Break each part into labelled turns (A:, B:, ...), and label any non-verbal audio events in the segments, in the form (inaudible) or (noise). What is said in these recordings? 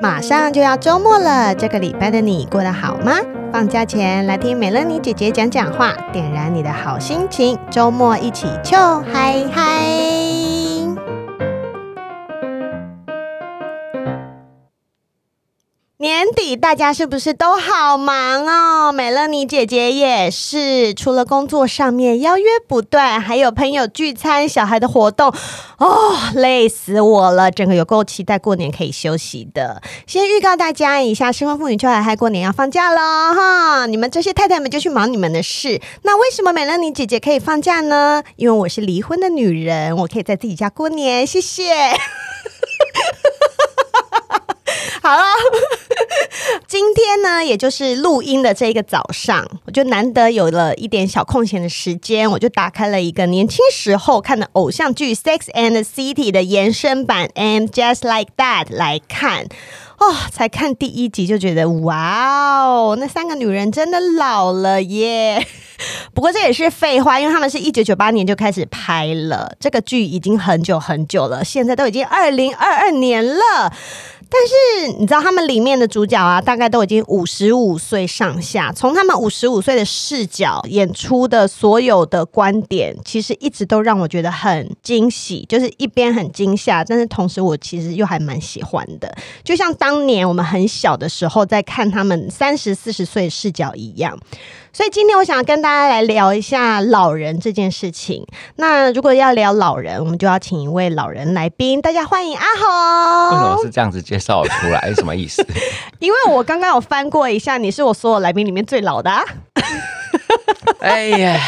A: 马上就要周末了，这个礼拜的你过得好吗？放假前来听美乐妮姐姐讲讲话，点燃你的好心情，周末一起就嗨嗨！年底大家是不是都好忙哦？美乐妮姐姐也是，除了工作上面邀约不断，还有朋友聚餐、小孩的活动，哦，累死我了！整个有够期待过年可以休息的。先预告大家一下，新婚妇女秋来嗨过年要放假喽哈！你们这些太太们就去忙你们的事。那为什么美乐妮姐姐可以放假呢？因为我是离婚的女人，我可以在自己家过年。谢谢。 (laughs) 好了，今天呢，也就是录音的这一个早上，我就难得有了一点小空闲的时间，我就打开了一个年轻时候看的偶像剧《Sex and the City》的延伸版《And Just Like That》来看。哦，才看第一集就觉得哇哦，那三个女人真的老了耶！ (laughs) 不过这也是废话，因为他们是一九九八年就开始拍了，这个剧已经很久很久了，现在都已经二零二二年了。但是你知道，他们里面的主角啊，大概都已经五十五岁上下。从他们五十五岁的视角演出的所有的观点，其实一直都让我觉得很惊喜，就是一边很惊吓，但是同时我其实又还蛮喜欢的。就像当年我们很小的时候在看他们三十四十岁的视角一样。所以今天我想跟大家来聊一下老人这件事情。那如果要聊老人，我们就要请一位老人来宾，大家欢迎阿
B: 为什么
A: 红。
B: 是这样子介绍出来？哎什么意思？
A: 因为我刚刚有翻过一下，你是我所有来宾里面最老的、
B: (laughs)
A: 啊，
B: 哎呀，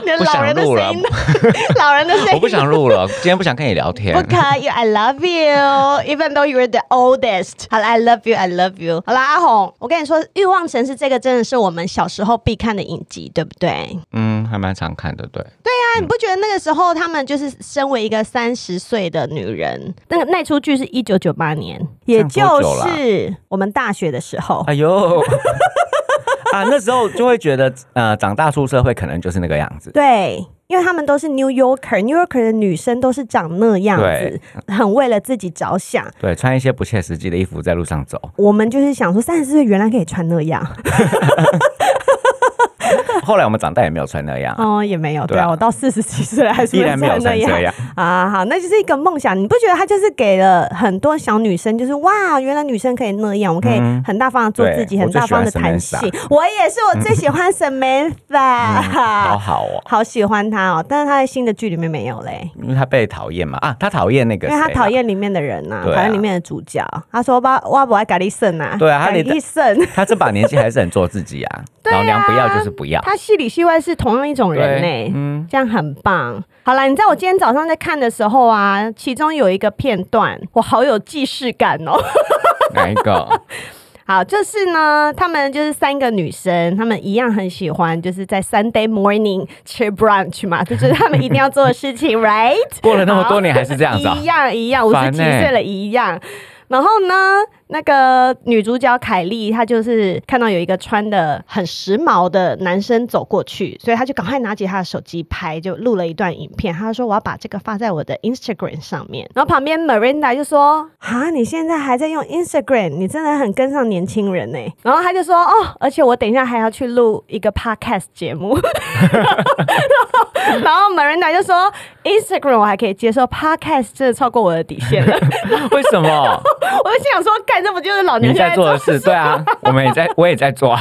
A: 你的老人的声音， (laughs) 老人的声音，
B: (laughs) 我不想录了，今天不想跟你聊天
A: 不。可以，I love you，even though you're the oldest。好了，I love you，I love you。好啦，阿红，我跟你说，《欲望城市》这个真的是我们小时候必看的影集，对不对？
B: 嗯，还蛮常看的，对。
A: 那你不觉得那个时候他们就是身为一个三十岁的女人，那个那出剧是一九九八年，也就
B: 这样多久啦啊
A: 是我们大学的时候。
C: (laughs) 哎呦，啊，那时候就会觉得，呃，长大出社会可能就是那个样子。
A: 对，因为他们都是 New Yorker，New Yorker 的女生都是长那样子
B: 对，
A: 很为了自己着想。
C: 对，穿一些不切实际的衣服在路上走。
A: 我们就是想说，三十岁原来可以穿那样， (laughs)
C: 后来我们长大也没有穿那样，
A: 哦，也没有，对
C: 对啊
A: 啊，我到四十几岁还是
C: 依然没有
A: 会
C: 穿这样。
A: 啊。好，那就是一个梦想，你不觉得他就是给了很多小女生，就是哇，原来女生可以那样，我们可以很大方的做自己，
C: 嗯对
A: 很大方的
C: 我最喜
A: 弹
C: 欢
A: 性
C: Samantha。嗯
A: 我也是，我最喜欢 Samantha，、
C: 好好哦，
A: (laughs) 好喜欢她哦，但是她在新的剧里面没有嘞。
C: 因为他被讨厌嘛，啊，他讨厌那个
A: 因
C: 谁啦，
A: 为他讨厌里面的人呐、
C: 对啊
A: 讨厌里面的主角。他说：“吧，我不爱咖喱圣呐，
C: 对啊他
A: 咖
C: 连
A: 喱圣，
C: 他这把年纪还是很做自己啊，老娘不要就是不要。
A: (laughs) 他戏里戏外是同样一种人呢、
C: 对嗯，
A: 这样很棒。好啦，你知道我今天早上在看的时候啊，其中有一个片段，我好有既视感哦。 (laughs)
C: 哪一个？ (laughs)
A: 好，就是呢，她们就是三个女生，她们一样很喜欢，就是在 Sunday morning 吃 brunch 嘛，这就是她们一定要做的事情 (laughs) ，right？
C: 过了那么多年还是这样子啊
A: 一？样一样，五十
C: 烦
A: 几
C: 欸
A: 岁了一样。然后呢，那个女主角凯莉，她就是看到有一个穿的很时髦的男生走过去，所以她就赶快拿起她的手机拍，就录了一段影片。她说：“我要把这个发在我的 Instagram 上面。”然后旁边 Miranda 就说：“啊，你现在还在用 Instagram，你真的很跟上年轻人欸呢、 (laughs) 然后她就说：“哦，而且我等一下还要去录一个 podcast 节目。”
C: (laughs)
A: (laughs) 然后 Miranda 就说：“Instagram 我还可以接受，Podcast 真的超过我的底线
C: (laughs)
A: 了。
C: 为什么？”
A: 我就心想说：“干，这不就是老
C: 你
A: 娘
C: 在做的事？对啊，我们也在，我也在做啊。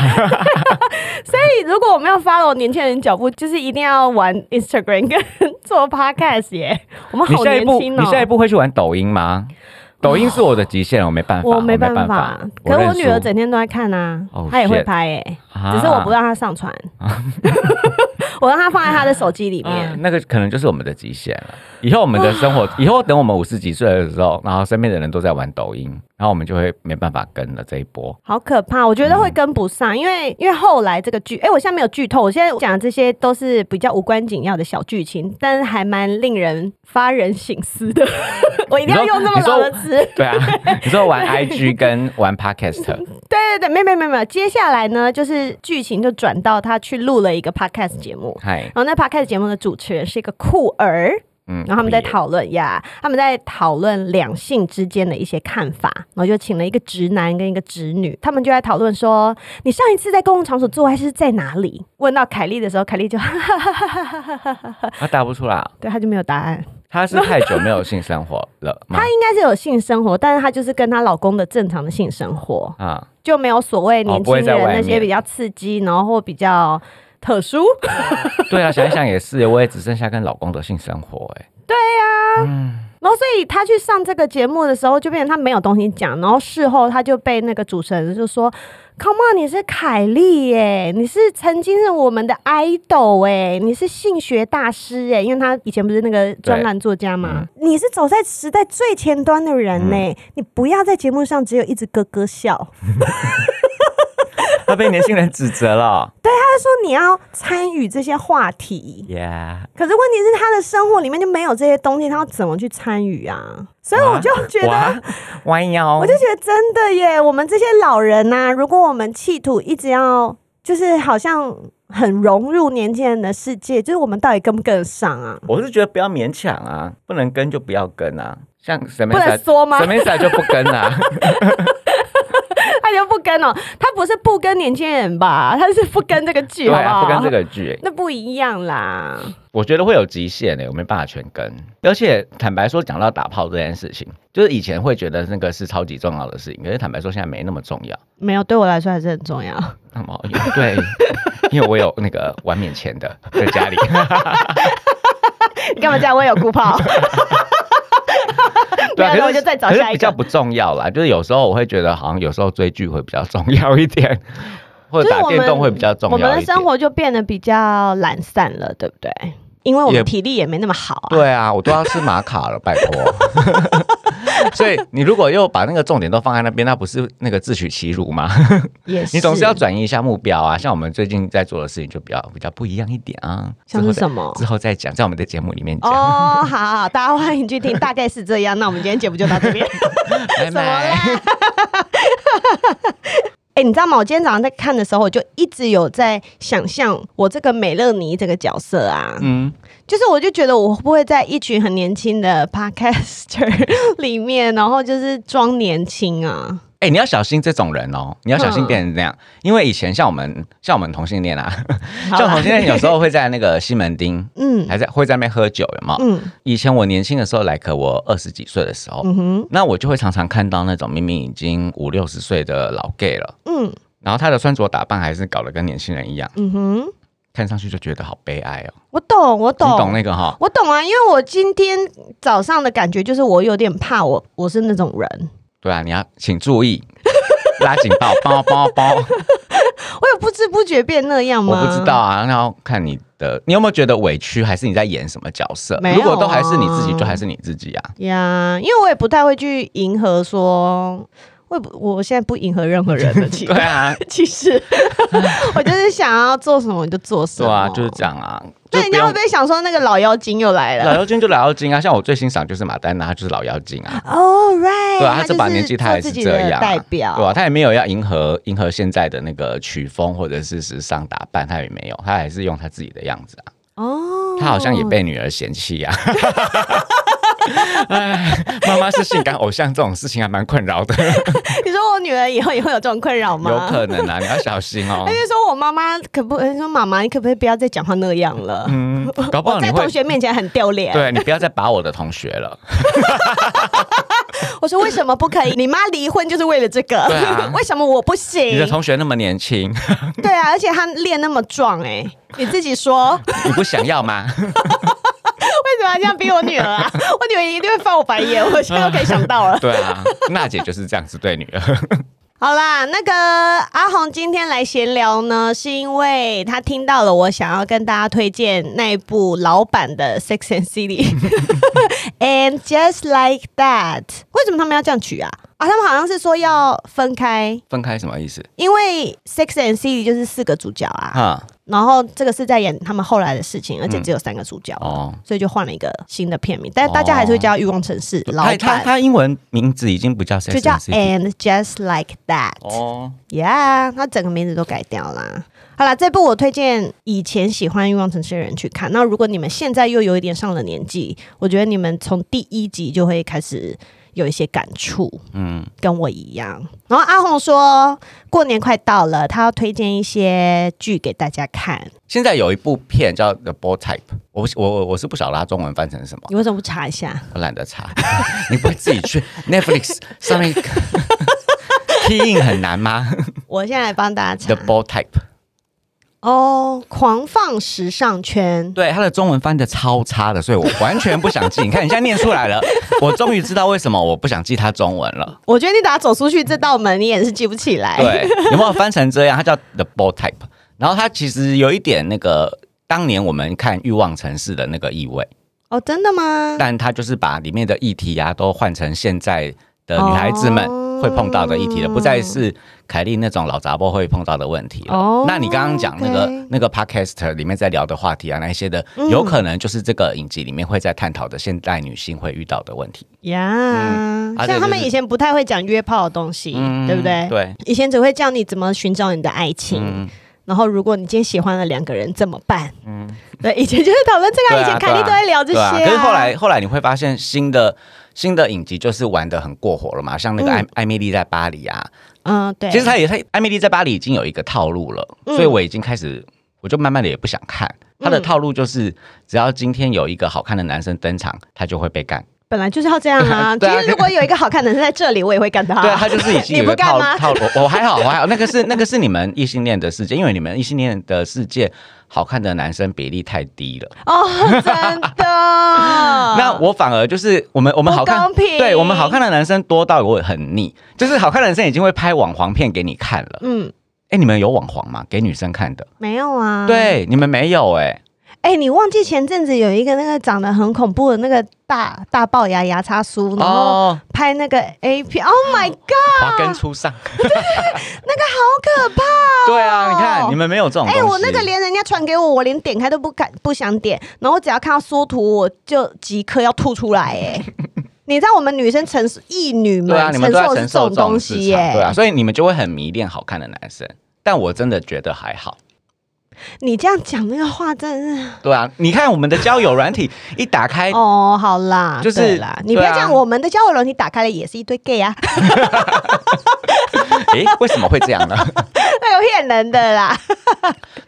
A: 所以如果我们要 follow 年轻人脚步，就是一定要玩 Instagram 跟做 Podcast 耶。我们
C: 你
A: (laughs) 好
C: 下一
A: 年
C: 步，
A: 轻哦、哦
C: 你下一步会去玩抖音吗？抖音是我的极限啊了，我没办法，
A: 我没
C: 办
A: 办法，可
C: 认
A: 是我女儿
C: 输
A: 整天都在看啊
C: Oh，
A: 她也会
C: shit
A: 拍耶，
C: 啊
A: 只是我不让她上
C: (laughs)
A: 传， (laughs) 我让她放在她的手机里面
C: 啊。那个可能就是我们的极限了。以后我们的生
A: (laughs)
C: 活，以后等我们五十几岁的时候，然后身边的人都在玩抖音，然后我们就会没办法跟了这一波。
A: 好可怕！我觉得会
C: 嗯
A: 跟不上，因为因为后来这个剧，哎、我现在没有剧透，我现在讲的这些都是比较无关紧要的小剧情，但是还蛮令人发人省思
C: (laughs)
A: 的。我一定要
C: 你说
A: 用那么
C: 你说
A: 老的词。
C: 对
A: (laughs)
C: 啊，你说玩 IG 跟玩 Podcast，
A: 对对对，没有没有没有没有。接下来呢，就是剧情就转到他去录了一个 podcast 节目，
C: 嗨，
A: 然后那 podcast 节目的主持人是一个酷儿。
C: 嗯
A: 然后他们在讨论呀他们在讨论两性之间的一些看法，然后就请了一个直男跟一个直女，他们就在讨论说，你上一次在公共场所做爱是在哪里？问到凯莉的时候，凯莉就 (laughs) 哈哈哈哈哈哈哈哈哈，
C: 他答不出来，
A: 对，他就没有答案。
C: 他是太久没有性生活了吗？
A: 应该是有性生活，但是她就是跟她老公的正常的性生活，
C: 啊，
A: 就没有所谓
C: 哦
A: 年
C: 不
A: 轻
C: 会在
A: 人
C: 外
A: 那些
C: 面
A: 比较刺激，然后或比较特殊。
C: 对啊，想一想也是，我也只剩下跟老公的性生活哎、
A: 然后，所以她去上这个节目的时候，就变成她没有东西讲。然后事后，她就被那个主持人就说：“Come on，你是凯莉耶，你是曾经是我们的 idol 哎，你是性学大师哎，因为她以前不是那个专栏作家嘛，
C: 嗯
A: 你是走在时代最前端的人呢，你不要在节目上只有一直咯咯笑。”
C: 他被年轻人指责
A: (laughs)
C: 了
A: 他说你要参与这些话题，
C: ，Yeah，
A: 可是问题是他的生活里面就没有这些东西，他要怎么去参与啊？所以我就觉得， (laughs)
C: 哇，弯腰，
A: 我就觉得真的耶，我们这些老人呐、如果我们企图一直要就是好像很融入年轻人的世界，就是我们到底跟不跟得上啊？
C: 我是觉得不要勉强啊，不能跟就不要跟啊。像 s e m
A: 不
C: e
A: 能
C: s
A: 说吗
C: s？m e s a 就不跟啊，
A: 他就不跟哦，他不是不跟年轻人吧？他 (laughs) 是不跟这个剧，
C: 对
A: 好不好？
C: 啊，不跟这个剧。
A: 那不一样啦。
B: 我觉得会有极限欸的、我没办法全跟。而且坦白说，讲到打炮这件事情，就是以前会觉得那个是超级重要的事情，可是坦白说，现在没那么重要。
A: 没有，对我来说还是很重
B: (laughs)
A: 要。
B: 那么
A: (laughs)
B: 对，因为我有那个晚免钱的在家里，
A: 你干嘛这样？我也有哭
B: (laughs)
A: 炮。
B: 对、啊，
A: 没有
B: 可
A: 我
B: 是
A: 就再找下一个
B: 可是比较不重要啦，就是有时候我会觉得好像有时候追剧会比较重要一点，或者
A: 就是
B: 打
A: 我们
B: 电动会比较重要
A: 我
B: 一点。
A: 们的生活就变得比较懒散了，对不对？因为我们
B: 也
A: 体力也没那么好啊。
B: 对啊，我都要吃玛卡了，拜托。
A: (laughs)
B: 所以你如果又把那个重点都放在那边，那不是那个自取其
A: (laughs)
B: 辱吗？
A: 也是。
B: 你总是要转移一下目标啊。像我们最近在做的事情就比较比较不一样一点啊。
A: 像
B: 之后
A: 是
B: 再
A: 什么？
B: 之后再讲，在我们的节目里面讲。
A: 哦，好好，大家欢迎去听，大概是这样。那我们今天节目就到这
B: (laughs)
A: 边。
B: 拜
A: 怎么啦
B: 拜。
A: (laughs) 哎、你知道吗？我今天早上在看的时候，我就一直有在想象我这个美乐妮这个角色啊，
B: 嗯，
A: 就是我就觉得我会不会在一群很年轻的 podcaster 里面，然后就是装年轻啊？
B: 哎、你要小心这种人哦，你要小心变成这样，因为以前像我们像我们同性恋啊，
A: 嗯 (laughs) 好啦
B: 像我们同性恋有时候会在那个西门町，
A: 嗯
B: 还在会在那边喝酒，有没有？
A: 嗯
B: 以前我年轻的时候，来可我二十几岁的时候，
A: 嗯哼
B: 那我就会常常看到那种明明已经五六十岁的老 gay 了，
A: 嗯
B: 然后他的穿着打扮还是搞得跟年轻人一样，
A: 嗯哼，
B: 看上去就觉得好悲哀哦。
A: 我懂，我懂，
B: 你懂那个哈、
A: 我懂啊，因为我今天早上的感觉就是我有点怕我，我是那种人，
B: 对啊，你要请注
A: (laughs)
B: 意，拉警报，包包包。
A: 我有不知不觉变那样吗？
B: 我不知道，啊，那要看你的，你有没有觉得委屈，还是你在演什么角色？
A: 没有啊
B: 如果都还是你自己，就还是你自己
A: (laughs)
B: 啊。
A: 呀因为我也不太会去迎合说，我也不我现在不迎合任何人的其
B: (laughs) 对
A: 实，
B: 啊，
A: 其实 (laughs) 我就是想要做什么就做什
B: 对
A: 么，
B: 啊，就是这样啊。
A: 那
B: 就
A: 人
B: 不
A: 家会
B: 用
A: 不会想说那个老妖精又来
B: 老
A: 了
B: 妖精就老妖精啊，像我最欣赏就是马丹娜，她就是老妖精啊。
A: ？All right，
B: 对啊，
A: 他
B: 她这把年纪她
A: 就是
B: 还
A: 做
B: 是
A: 自己
B: 这
A: 的
B: 样啊、
A: 代表，
B: 对啊，她也没有要迎合迎合现在的那个曲风或者是时尚打扮，她也没有，她还是用她自己的样子啊。
A: 哦，
B: 她好像也被女儿嫌弃啊。 (laughs) 哎妈妈是性感偶像这种事情还蛮困扰的，
A: 你说我女儿以后也会有这种困扰吗？哎
B: 有可能啊，你要小心哦
A: 他。就说我妈妈可不，说妈妈，你可不可以不要再讲话那样了？
B: 嗯，搞不好
A: 我
B: 你
A: 在
B: 会
A: 同，学面前很丢脸。
B: 对你啊不要再把我的同学了。
A: 我说为什么不可以？你妈离婚就是为了这个，
B: 对啊
A: 为什么我不
B: 你的
A: 行？
B: 同学那么年轻，
A: 对啊，而且她练那么壮，哎，你自己说
B: 你不想要吗？ (laughs)
A: 为什么要这样逼我女儿啊？ (laughs) 我女儿一定会翻我白眼，我现在都可以想到了。 (laughs)
B: 对啊，娜姐就是这样子对女儿。
A: 好啦，那个阿红今天来闲聊呢，是因为她听到了我想要跟大家推荐那一部老版的《Sex and City》，and just like that，为什么他们要这样取啊？啊，他们好像是说要分开，
B: 分开什么意思？
A: 因为 Sex and City 就是四个主角啊，
B: 哈
A: 然后这个是在演他们后来的事情，而且只有三个主角，
B: 嗯哦，
A: 所以就换了一个新的片名，但大家还是会叫《欲望城市》老
B: 他他
A: 板。
B: 他英文名字已经不叫 Sex
A: 就叫
B: and the City
A: And Just Like That，
B: 哦，
A: Yeah，他整个名字都改掉啦。好啦，这部我推荐以前喜欢《欲望城市》的人去看。那如果你们现在又有一点上了年纪，我觉得你们从第一集就会开始有一些感触，
B: 嗯，
A: 跟我一样。然后阿红说，过年快到了，他要推荐一些剧给大家看。
B: 现在有一部片叫 The Ball Type，我不我我我是不晓得它中文翻成什么，
A: 你为什么不查一下？
B: 我懒得查， (laughs) 你不会自己去
A: (laughs)
B: Netflix 上面 key in 很难
A: (laughs)
B: 吗
A: 我现在来帮大
B: ？The
A: 家查
B: Ball Type，
A: 哦，狂放时尚圈。
B: 对，它的中文翻的超差的，所以我完全不想记。你看，你现在念出来了，我终于知道为什么我不想记它中文了。
A: 我觉得你等下走出去这道门，你也是记不起来。 (laughs)
B: 对，有没有翻成这样？它叫 The Ball Type，然后它其实有一点那个当年我们看《欲望城市》的那个意味，
A: 哦，真的吗？
B: 但它就是把里面的议题啊都换成现在的女孩子们会碰到的议题了，
A: 哦
B: 不再是凯莉那种老杂波会碰到的问题了。
A: 哦
B: 那你刚刚讲那个
A: OK
B: 那个 podcast 里面在聊的话题啊，那一些的，有可能就是这个影集里面会在探讨的现代女性会遇到的问题。
A: 呀
B: 嗯，啊
A: 像
B: 对
A: 他们
B: 就是
A: 以前不太会讲约炮的东西，
B: 嗯
A: 对不对？
B: 对，
A: 以前只会教你怎么寻找你的爱情，
B: 嗯，
A: 然后如果你今天喜欢了两个人怎么办？嗯，对，以前就是讨论这
B: 对
A: 个，
B: 啊
A: 以前凯莉都在聊这些、
B: 对啊。可是后来后来你会发现新的。新的影集就是玩的很过火了嘛，像那个艾、艾米丽在巴黎啊，
A: 嗯，对，
B: 其实他也他艾米丽在巴黎已经有一个套路了，
A: 嗯
B: 所以我已经开始，我就慢慢的也不想看。他的套路就是，只要今天有一个好看的男生登场，他就会被干。
A: 本来就是要这样啊。其
B: (laughs) 对啊
A: 实如果有一个好看的人在这里，我也会干他。
B: 对啊，他就是已经
A: (laughs) 你
B: 有一
A: 不
B: 个
A: 干
B: 套
A: 吗？
B: 套路。我我还好，我还好，那个是那个是你们异性恋的世界，因为你们异性恋的世界好看的男生比例太低了。
A: (laughs) 哦，真的。那
B: (laughs) 那我反而就是我们我们好
A: 嗯
B: 看
A: 不公平，
B: 对我们好看的男生多到我很腻，就是好看的男生已经会拍网黄片给你看了。
A: 嗯
B: 哎，你们有网黄吗？给女生看的？
A: 没有啊。，
B: 对，你们没有哎、
A: 哎、你忘记前阵子有一个那个长得很恐怖的那个大大龅牙牙叉叔，然后
B: 哦，
A: 拍那个 A 片，Oh my God，
B: 华根初
A: (laughs)
B: 上，
A: 好可怕！哦
B: 对啊，你看你们没有这种东
A: 哎、
B: 西。
A: 我那个连人家传给我，我连点开都不敢不想点，然后我只要看到缩图，我就即刻要吐出来、
B: (laughs)
A: 哎，你知道我们女生承受一女们
B: 对啊，你们都在
A: 受的
B: 承
A: 是
B: 受
A: 种
B: 这
A: 东
B: 种市
A: 西、
B: 场，
A: 哎，
B: 对啊，所以你们就会很迷恋好看的男生。但我真的觉得还好，
A: 你这样讲那个话真的是
B: 对啊，你看我们的交友软体一打开，
A: 哦，好啦，
B: 哎就是
A: 对啦，你不要
B: 对啊
A: 这样，我们的交友软体打开了也是一堆 gay 啊， (laughs)
B: 诶，为什么会这样
A: (laughs)
B: 呢？
A: 那有哎骗人的啦，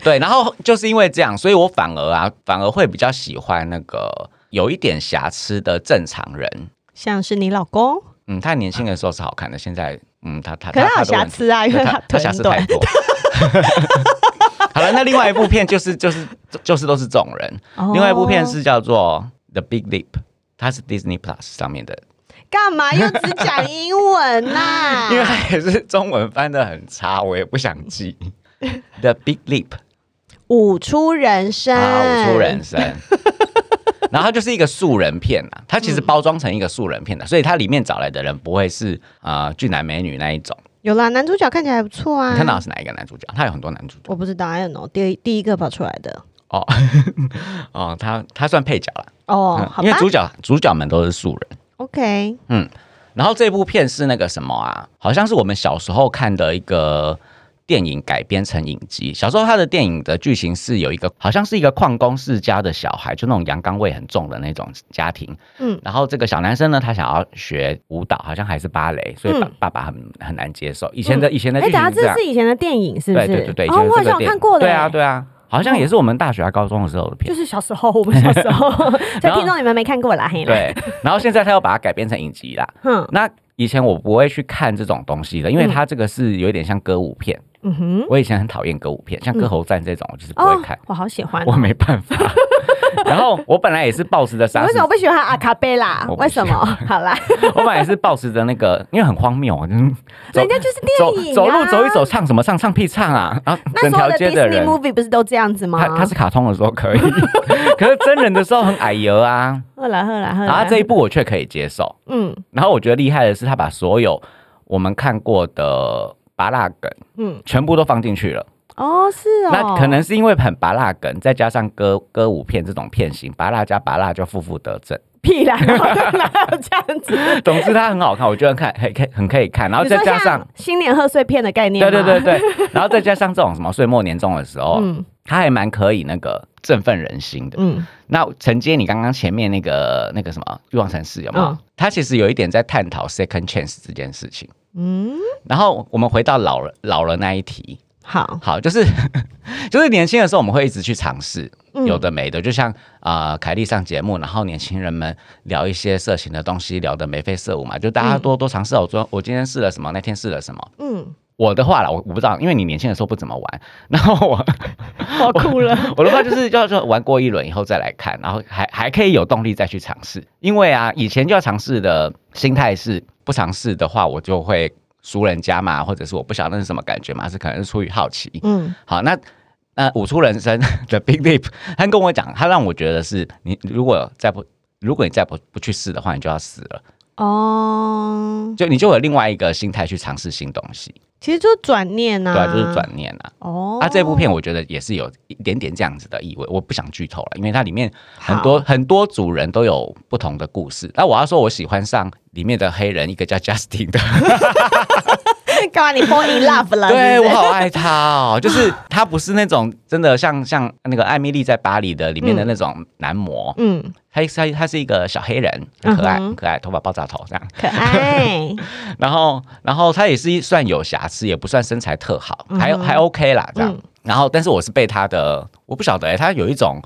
B: 对，然后就是因为这样，所以我反而啊，反而会比较喜欢那个有一点瑕疵的正常人。
A: 像是你老公，
B: 嗯，他年轻的时候是好看的，现在嗯，他他
A: 可是他有
B: 的问
A: 瑕
B: 题
A: 疵啊，因为
B: 他
A: 腿
B: 瑕
A: 很
B: 疵太
A: 短，
B: 多。好了，那另外一部片就是就是就是都是这种人，
A: 哦
B: 另外一部片是叫做《The Big Leap》，它是 Disney Plus 上面的，
A: 干
B: (laughs)
A: 嘛又只讲英文呐、
B: 因为它也是中文翻的很差，我也不想记。The Big
A: (laughs)
B: Leap
A: 舞出人生，
B: 啊，我出人生。然后它就是一个素人片啊，它其实
A: 嗯
B: 包装成一个素人片的、所以它里面找来的人不会是啊、呃俊男美女那一种。
A: 有啦，男主角看起来还不错啊。
B: 你看到的是哪一个男主角？他有很多男主角
A: 我不知道，I don't know，第第一个跑出来的
B: 哦 (laughs) 哦，他他算配角啦，
A: 哦，
B: 嗯
A: 好
B: 因为
A: 吧
B: 主角主角们都是素人。
A: ，OK，
B: 然后这部片是那个什么啊，好像是我们小时候看的一个电影改编成影集。小时候他的电影的剧情是有一个，好像是一个矿工世家的小孩，就那种阳刚味很重的那种家庭。
A: 嗯
B: 嗯，然后这个小男生呢，他想要学舞蹈，好像还是芭蕾，所以爸、
A: 嗯
B: 爸爸很很难接受。以前的、以前的
A: 哎、
B: 剧
A: 等
B: 情
A: 下
B: 是这
A: 这
B: 样，
A: 是以前的电影是不
B: 对
A: 是？
B: 对对对，以前
A: 哦，
B: 的
A: 我好
B: 这个
A: 像有
B: 电
A: 看
B: 影
A: 过的，
B: 对啊对啊，好像也是我们大学啊高中的时候的
A: 就。
B: 片
A: 是小时候我们小时候，
B: (laughs)
A: 所以听众你们没看过啦，嘿啦，
B: 对，然后现在他又把它改编成影集啦。
A: 哼，
B: 那以前我不会去看这种东西的，因为
A: 嗯
B: 它这个是有一点像歌舞片。
A: 嗯哼，
B: 我以前很讨厌歌舞片，像《歌喉战》这种，我就是不会看，
A: 我好喜欢、
B: 我
A: 哦。
B: 没办
A: (laughs)
B: 法。然后我本来也是抱持着
A: 你
B: 莎
A: 为
B: 士
A: 什，么不喜欢阿卡贝拉？
B: 我不
A: 为什
B: (laughs)
A: 么？好啦，
B: 我本来也是抱持着那个，因为很荒谬啊，就是走
A: 人家就是
B: 走
A: 电影、啊
B: 走路走一走，。唱什么唱唱屁唱啊，然后
A: 那
B: 整
A: 所
B: 条
A: 有的
B: 街的
A: Disney
B: 人，
A: movie 不是都这样子吗？
B: 他他是卡通的时候
A: (laughs)
B: 可以，可是真人的时候很矮油啊。
A: 后来后来后来，
B: 然后这一部我却可以接受，
A: 嗯
B: 然后我觉得厉害的是，他把所有
C: 我们看过的拔蜡梗
A: 嗯，
C: 全部都放进去了。
A: 哦，是哦，
C: 那可能是因为很拔蜡梗，再加上歌歌舞片这种片型，拔蜡加拔蜡就负负得正。 (laughs)
A: 屁啦， (laughs) 哪有这样子？
C: 总之它很好看，我觉得看很可以很可以看，然后
A: 你说
C: 再加上
A: 像。新年贺岁片的概念，
C: 对对对，对，然后再加上这种什么岁末年终的时候，
A: 嗯
C: 它还蛮可以那个振奋人心
B: 哦
C: 的。
A: 嗯，
B: 那承接你刚刚前面那个那个什么欲望城市有没有
A: 嗯？
B: 它其实有一点在探讨 second chance 这件事情。
A: 嗯，
B: 然后我们回到老了老了那一题，
A: 好，
B: 好，就是 (laughs) 就是年轻的时候我们会一直去尝试
A: 嗯
B: 有的没的，就像啊凯莉上节目，然后年轻人们聊一些色情的东西，聊得眉飞色舞嘛，就大家多多尝试。哦我昨我今天试了什么，那天试了什么。
A: 嗯，
B: 我的话啦，我我不知道，因为你年轻的时候不怎么玩，然后我 (laughs)
A: 我哭了，
B: 我的话就是要说玩过一轮以后再来看，然后还还可以有动力再去尝试。因为啊，以前就要尝试的心态是不尝试的话，我就会输人家嘛，或者是我不晓得那是什么感觉嘛，是可能是出于好奇。
A: 嗯
B: 好，那那舞出人生 (laughs) 的 Big Leap，他跟我讲，他让我觉得是你如果再不如果你再不不去试的话，你就要死了，
A: 哦，
B: 就你就有另外一个心态去尝试新东西，
A: 其实就是转念啊，
B: 对、啊，就是转念啊。
A: 哦，
B: 啊，这部片我觉得也是有一点点这样子的意味，我不想剧透了，因为它里面很多很多组人都有不同的故事。那我要说，我喜欢上里面的黑人，一个叫 Justin 的，
A: (laughs) 干嘛你 fall in love 了？
B: 对
A: 啊是不
B: 我
A: 是
B: 好爱他哦，就是他不是那种真的像像那个艾米丽在巴黎的里面的那种男模，
A: 嗯，
B: 他他他是一个小黑人，很可爱
A: 嗯哼
B: 很可爱，头发爆炸头这样，
A: 可爱，
B: 然后然后他也是算有瑕疵，也不算身材特好，还
A: 嗯哼
B: 还 OK 啦这样。
A: 嗯
B: 然后但是我是被他的，我不晓得哎、他有一种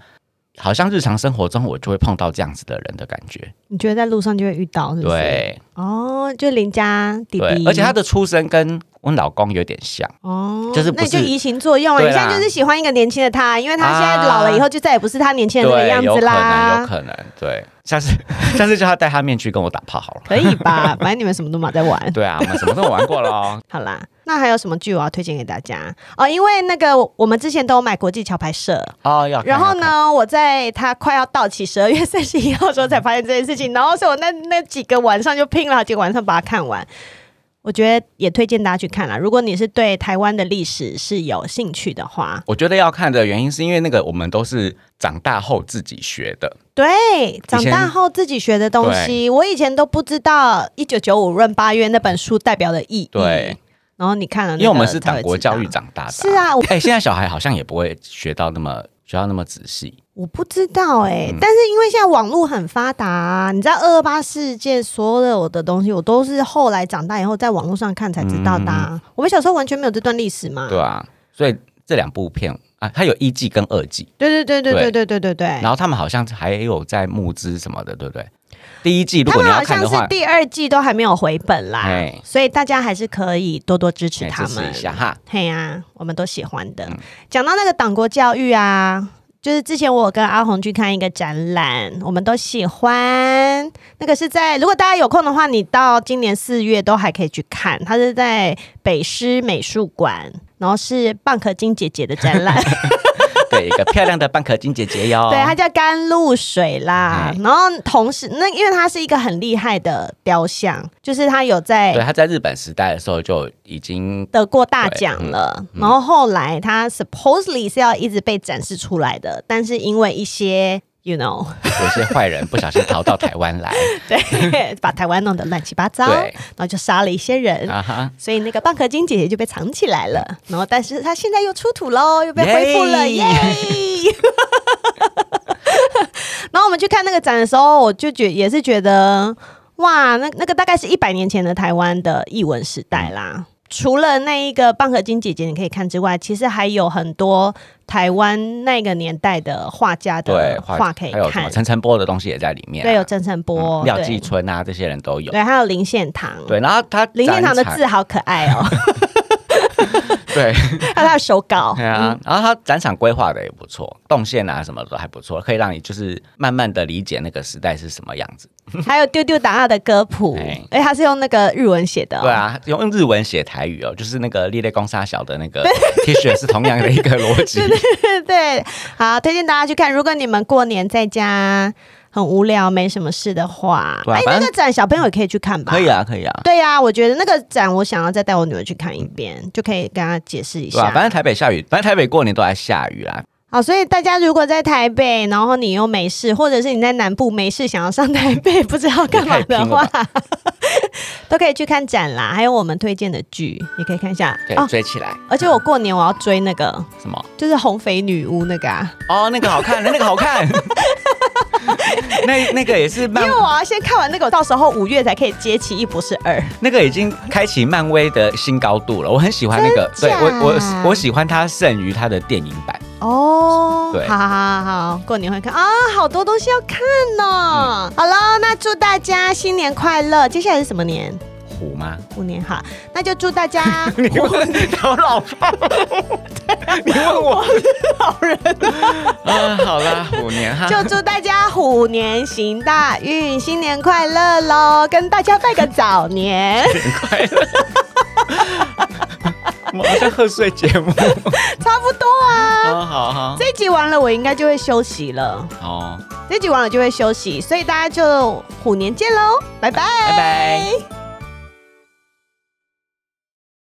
B: 好像日常生活中我就会碰到这样子的人的感觉，
A: 你觉得在路上就会遇到，是不是？，
B: 对
A: 哦，就邻家弟
B: 对
A: 弟，，
B: 而且他的出身跟我老公有点像，
A: 哦，
B: 就是不
A: 那你就是移情作用啊！你
B: 对
A: 现
B: 啦
A: 在就是喜欢一个年轻的他，因为他现在老了以后，就再也不是他年轻人的那个
B: 对，
A: 样
B: 有
A: 子
B: 可能有
A: 啦。
B: 可能，对，下次 (laughs) 下次叫他戴他面具跟我打炮好了。
A: 可以吧？ (laughs) 反正你们什么都没有在玩。
B: 对啊，我们什么都玩过了哦
A: 好啦，那还有什么剧我要推荐给大家？哦，因为那个我们之前都有买国际桥牌社，
B: 哦，要看
A: 然后
B: 要看
A: 呢，我在它快要到期十二月三十一号的时候才发现这件事情，然后所以我那那几个晚上就拼了好几个晚上把它看完。我觉得也推荐大家去看啦，如果你是对台湾的历史是有兴趣的话，
B: 我觉得要看的原因是因为那个我们都是长大后自己学的，
A: 对，长
B: 前
A: 大后自己学的东西，我以前都不知道一九九五闰八月那本书代表的意义。
B: 对，
A: 然后你看嗯了那个才会知道，
B: 因为我们是党国教育长大的。
A: 是，啊，我
B: 哎、现在小孩好像也不会学到那么学到那么仔细。
A: 我不知道哎、
B: 嗯
A: 但是因为现在网络很发达、啊你知道二二八事件所有的东西，我都是后来长大以后在网络上看才知道的、
B: 嗯
A: 啊。我们小时候完全没有这段历史嘛。
B: 对啊，所以这两部片啊，它有一季跟二季，
A: 对对对对对对对对对
B: 然。后他们好像还有在募资什么的，对不对？第一季如
A: 他
B: 果你
A: 们
B: 要
A: 好
B: 看
A: 像
B: 的
A: 是
B: 话，
A: 第二季都还没有回本啦
B: 哎，
A: 所以大家还是可以多多支持
B: 哎
A: 他
B: 支持
A: 们
B: 一。下哈。
A: 嘿呀、我们都喜欢的。讲到那个党国教育啊，就是之前我有跟阿红去看一个展览，我们都喜欢。那个是在，如果大家有空的话，你到今年四月都还可以去看。它是在北师美术馆，然后是蚌壳金姐姐的展览。
B: 对，一个漂亮的蚌壳金姐姐哟。
A: 对，它叫甘露水啦。然后同时，那因为它是一个很厉害的雕像，就是它有在
B: 对，他在日本时代的时候就已经
A: 得过大奖了，
B: 嗯
A: 然后后来他 supposedly 是要一直被展示出来的，但是因为一些 you
B: (laughs)
A: know，
B: 有些坏人不小心逃到台
A: (laughs)
B: 湾来，
A: 对，把台湾弄得乱七八糟，
B: 对
A: 然后就杀了一些人，
B: 啊哈，
A: 所以那个蚌壳精姐姐就被藏起来了。然后，但是她现在又出土喽，又被恢复了，耶 (laughs)
B: 耶！
A: 然后我们去看那个展的时候，我就觉也是觉得，哇，那那个大概是一百年前的台湾的译文时代啦。除了那一个蚌壳精姐姐你可以看之外，其实还有很多台湾那个年代的画家
B: 对
A: 的，画可以
B: 还有什
A: 看
B: 么，陈晨波的东西也在里面啊、
A: 对，有郑成波、
B: 嗯廖继
A: 对
B: 春啊，这些人都有。
A: 对，还有林献堂，
B: 对，然后他
A: 林献堂的
B: 展
A: 字好可爱哦， (laughs)
B: 场， (laughs) 对，
A: 还有他的手稿
B: 对，啊，然后他展场规划的也不错，动线啊什么的都还不错，可以让你就是慢慢的理解那个时代是什么样子。
A: 还有丢丢达二的歌谱
B: 哎，
A: 哎，他是用那个日文写的、哦，
B: 对，啊，用用日文写台语哦，就是那个《烈烈公沙小》的那
A: (laughs)
B: 个 T 恤是同样的一个逻辑。
A: 对，好，推荐大家去看。如果你们过年在家很无聊、没什么事的话，
B: 对啊
A: 哎、
B: 反
A: 那
B: 正
A: 个展小朋友也可以去看吧？
B: 可以。啊，可以啊，
A: 对呀、我觉得那个展，我想要再带我女儿去看一遍，就可以跟她解释一
B: 对吧、啊
A: 下。
B: 反正台北下雨，反正台北过年都在下雨啦。
A: 好，所以大家如果在台北，然后你又没事，或者是你在南部没事，想要上台北不知道干嘛的话，都可以去看展啦。还有我们推荐的剧，你可以看一下
B: 对，
A: 哦。
B: 追起来
A: 而且我过年我要追那个，
B: 什么？
A: 就是《红肥女巫》那个啊，
B: 哦，那个好看，那个
A: (laughs)
B: 好看。那那个也是
A: 因
B: 漫
A: 为，我要先看完那个，我到时候五月才可以接起《一博士二》。
B: 那个已经开启漫威的新高度了。我很喜欢那个，
A: 真
B: 对
A: 假
B: 我我我喜欢它胜于它的电影版。
A: 哦，
B: 对
A: 好好好好，过年会看啊，好多东西要看哦。好了，那祝大家新年快乐。接下来是什么年？
B: 虎吗？
A: 虎年哈，那就祝大 (laughs) 家
B: 你问我老爸， (laughs) 你问我老人啊？好啦，虎年哈，
A: 就祝大家虎年行大运，新年快乐喽！跟大家拜个早 (laughs) 年，
B: 快乐。我们好像贺岁节目
A: 差不多啊。
B: 哦，好好
A: 这一集完了，我应该就会休息了。
B: 哦，
A: 这一集完了就会休息，所以大家就虎年见喽，拜拜，
B: 拜拜。